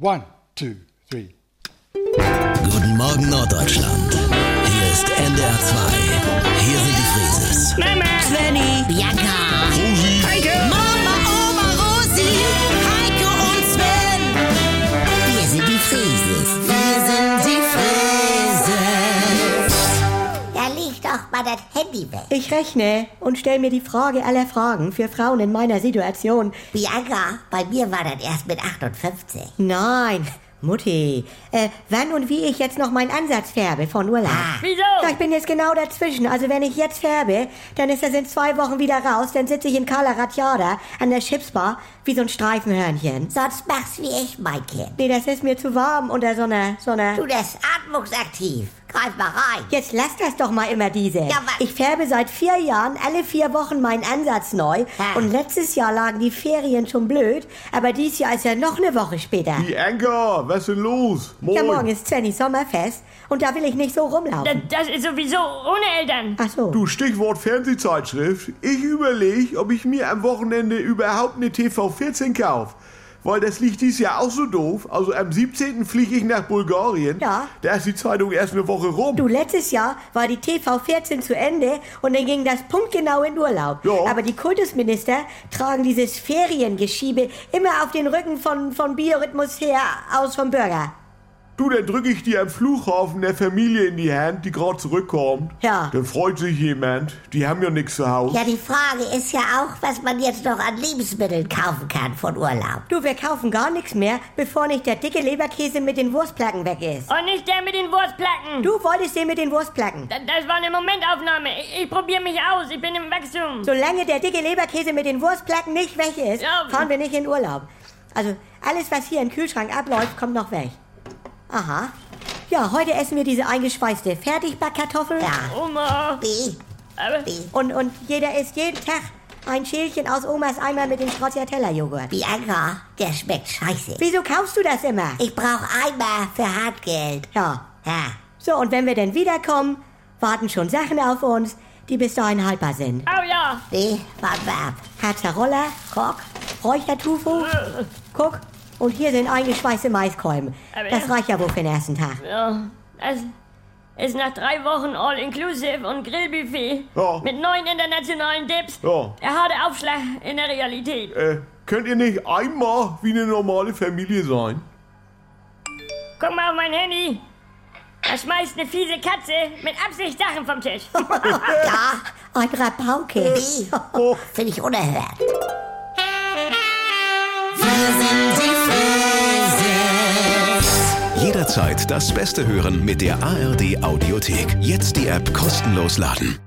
One, two, three. Guten Morgen Norddeutschland. Hier ist NDR 2. Hier sind die Frieses. Benny, Bianca, Rosi, Heike, Mama, Oma, Rosi, Heike und Sven. Wir sind die Frieses. Wir sind die Frieses. Da liegt doch mal das Handy weg. Ich rechne und stelle mir die Frage aller Fragen für Frauen in meiner Situation. Bianca, bei mir war das erst mit 58. Nein, Mutti. Äh, wann und wie ich jetzt noch meinen Ansatz färbe von Urlaub? Ah. Wieso? Ja, Ich bin jetzt genau dazwischen. Also wenn ich jetzt färbe, dann ist das in zwei Wochen wieder raus. Dann sitze ich in Kala Ratjada an der Chipsbar wie so ein Streifenhörnchen. Sonst mach's wie ich, mein Kind. Nee, das ist mir zu warm unter so einer, so einer... Du, das ist atmungsaktiv. Greif mal rein. Jetzt lass das doch mal immer diese. Ja, wa- ich färbe seit vier Jahren alle vier Wochen meinen Ansatz neu. Ha. Und letztes Jahr lagen die Ferien schon blöd, aber dieses Jahr ist ja noch eine Woche später. Bianca, was ist denn los? Moin. Ja, morgen ist Svennys Sommerfest und da will ich nicht so Das, rumlaufen. das ist sowieso ohne Eltern. Ach so. Du Stichwort Fernsehzeitschrift. Ich überlege, ob ich mir am Wochenende überhaupt eine TV14 kaufe. Weil das liegt dieses Jahr auch so doof. Also am 17. fliege ich nach Bulgarien. Ja. Da ist die Zeitung erst eine Woche rum. Du, letztes Jahr war die TV14 zu Ende und dann ging das punktgenau in Urlaub. Ja. Aber die Kultusminister tragen dieses Feriengeschiebe immer auf den Rücken von, von Biorhythmus her aus vom Bürger. Du, dann drücke ich dir am Flughafen der Familie in die Hand, die gerade zurückkommt. Ja. Dann freut sich jemand. Die haben ja nichts zu Hause. Ja, die Frage ist ja auch, was man jetzt noch an Lebensmitteln kaufen kann von Urlaub. Du, wir kaufen gar nichts mehr, bevor nicht der dicke Leberkäse mit den Wurstplacken weg ist. Und nicht der mit den Wurstplatten. Du wolltest den mit den Wurstplacken. Das, das war eine Momentaufnahme. Ich, ich probiere mich aus. Ich bin im Wachstum. Solange der dicke Leberkäse mit den Wurstplacken nicht weg ist, Ja. fahren wir nicht in Urlaub. Also alles, was hier im Kühlschrank abläuft, kommt noch weg. Aha. Ja, heute essen wir diese eingeschweißte Fertigbackkartoffel. Ja. Oma. Wie? Aber Wie? Und, und jeder isst jeden Tag ein Schälchen aus Omas Eimer mit dem Stracciatella-Joghurt. Bianca, der schmeckt scheiße. Wieso kaufst du das immer? Ich brauch Eimer für Hartgeld. Ja. Ja. So, und wenn wir denn wiederkommen, warten schon Sachen auf uns, die bis dahin haltbar sind. Oh ja. Nee, warten wir ab. Karzarolla, Kork, Räuchertofu, guck, und hier sind eingeschweißte Maiskolben. Aber- Das reicht ja wohl für den ersten Tag. ja. Das ist nach drei Wochen All-Inclusive und Grillbuffet. Ja. Mit neun internationalen Dips. Ja. Der harte Aufschlag in der Realität. Äh, könnt ihr nicht einmal wie eine normale Familie sein? Guck mal auf mein Handy. Da schmeißt eine fiese Katze mit Absicht Sachen vom Tisch. Ja, Ein Rabauke. wie? Finde ich unerhört. Jederzeit das Beste hören mit der ARD Audiothek. Jetzt die App kostenlos laden.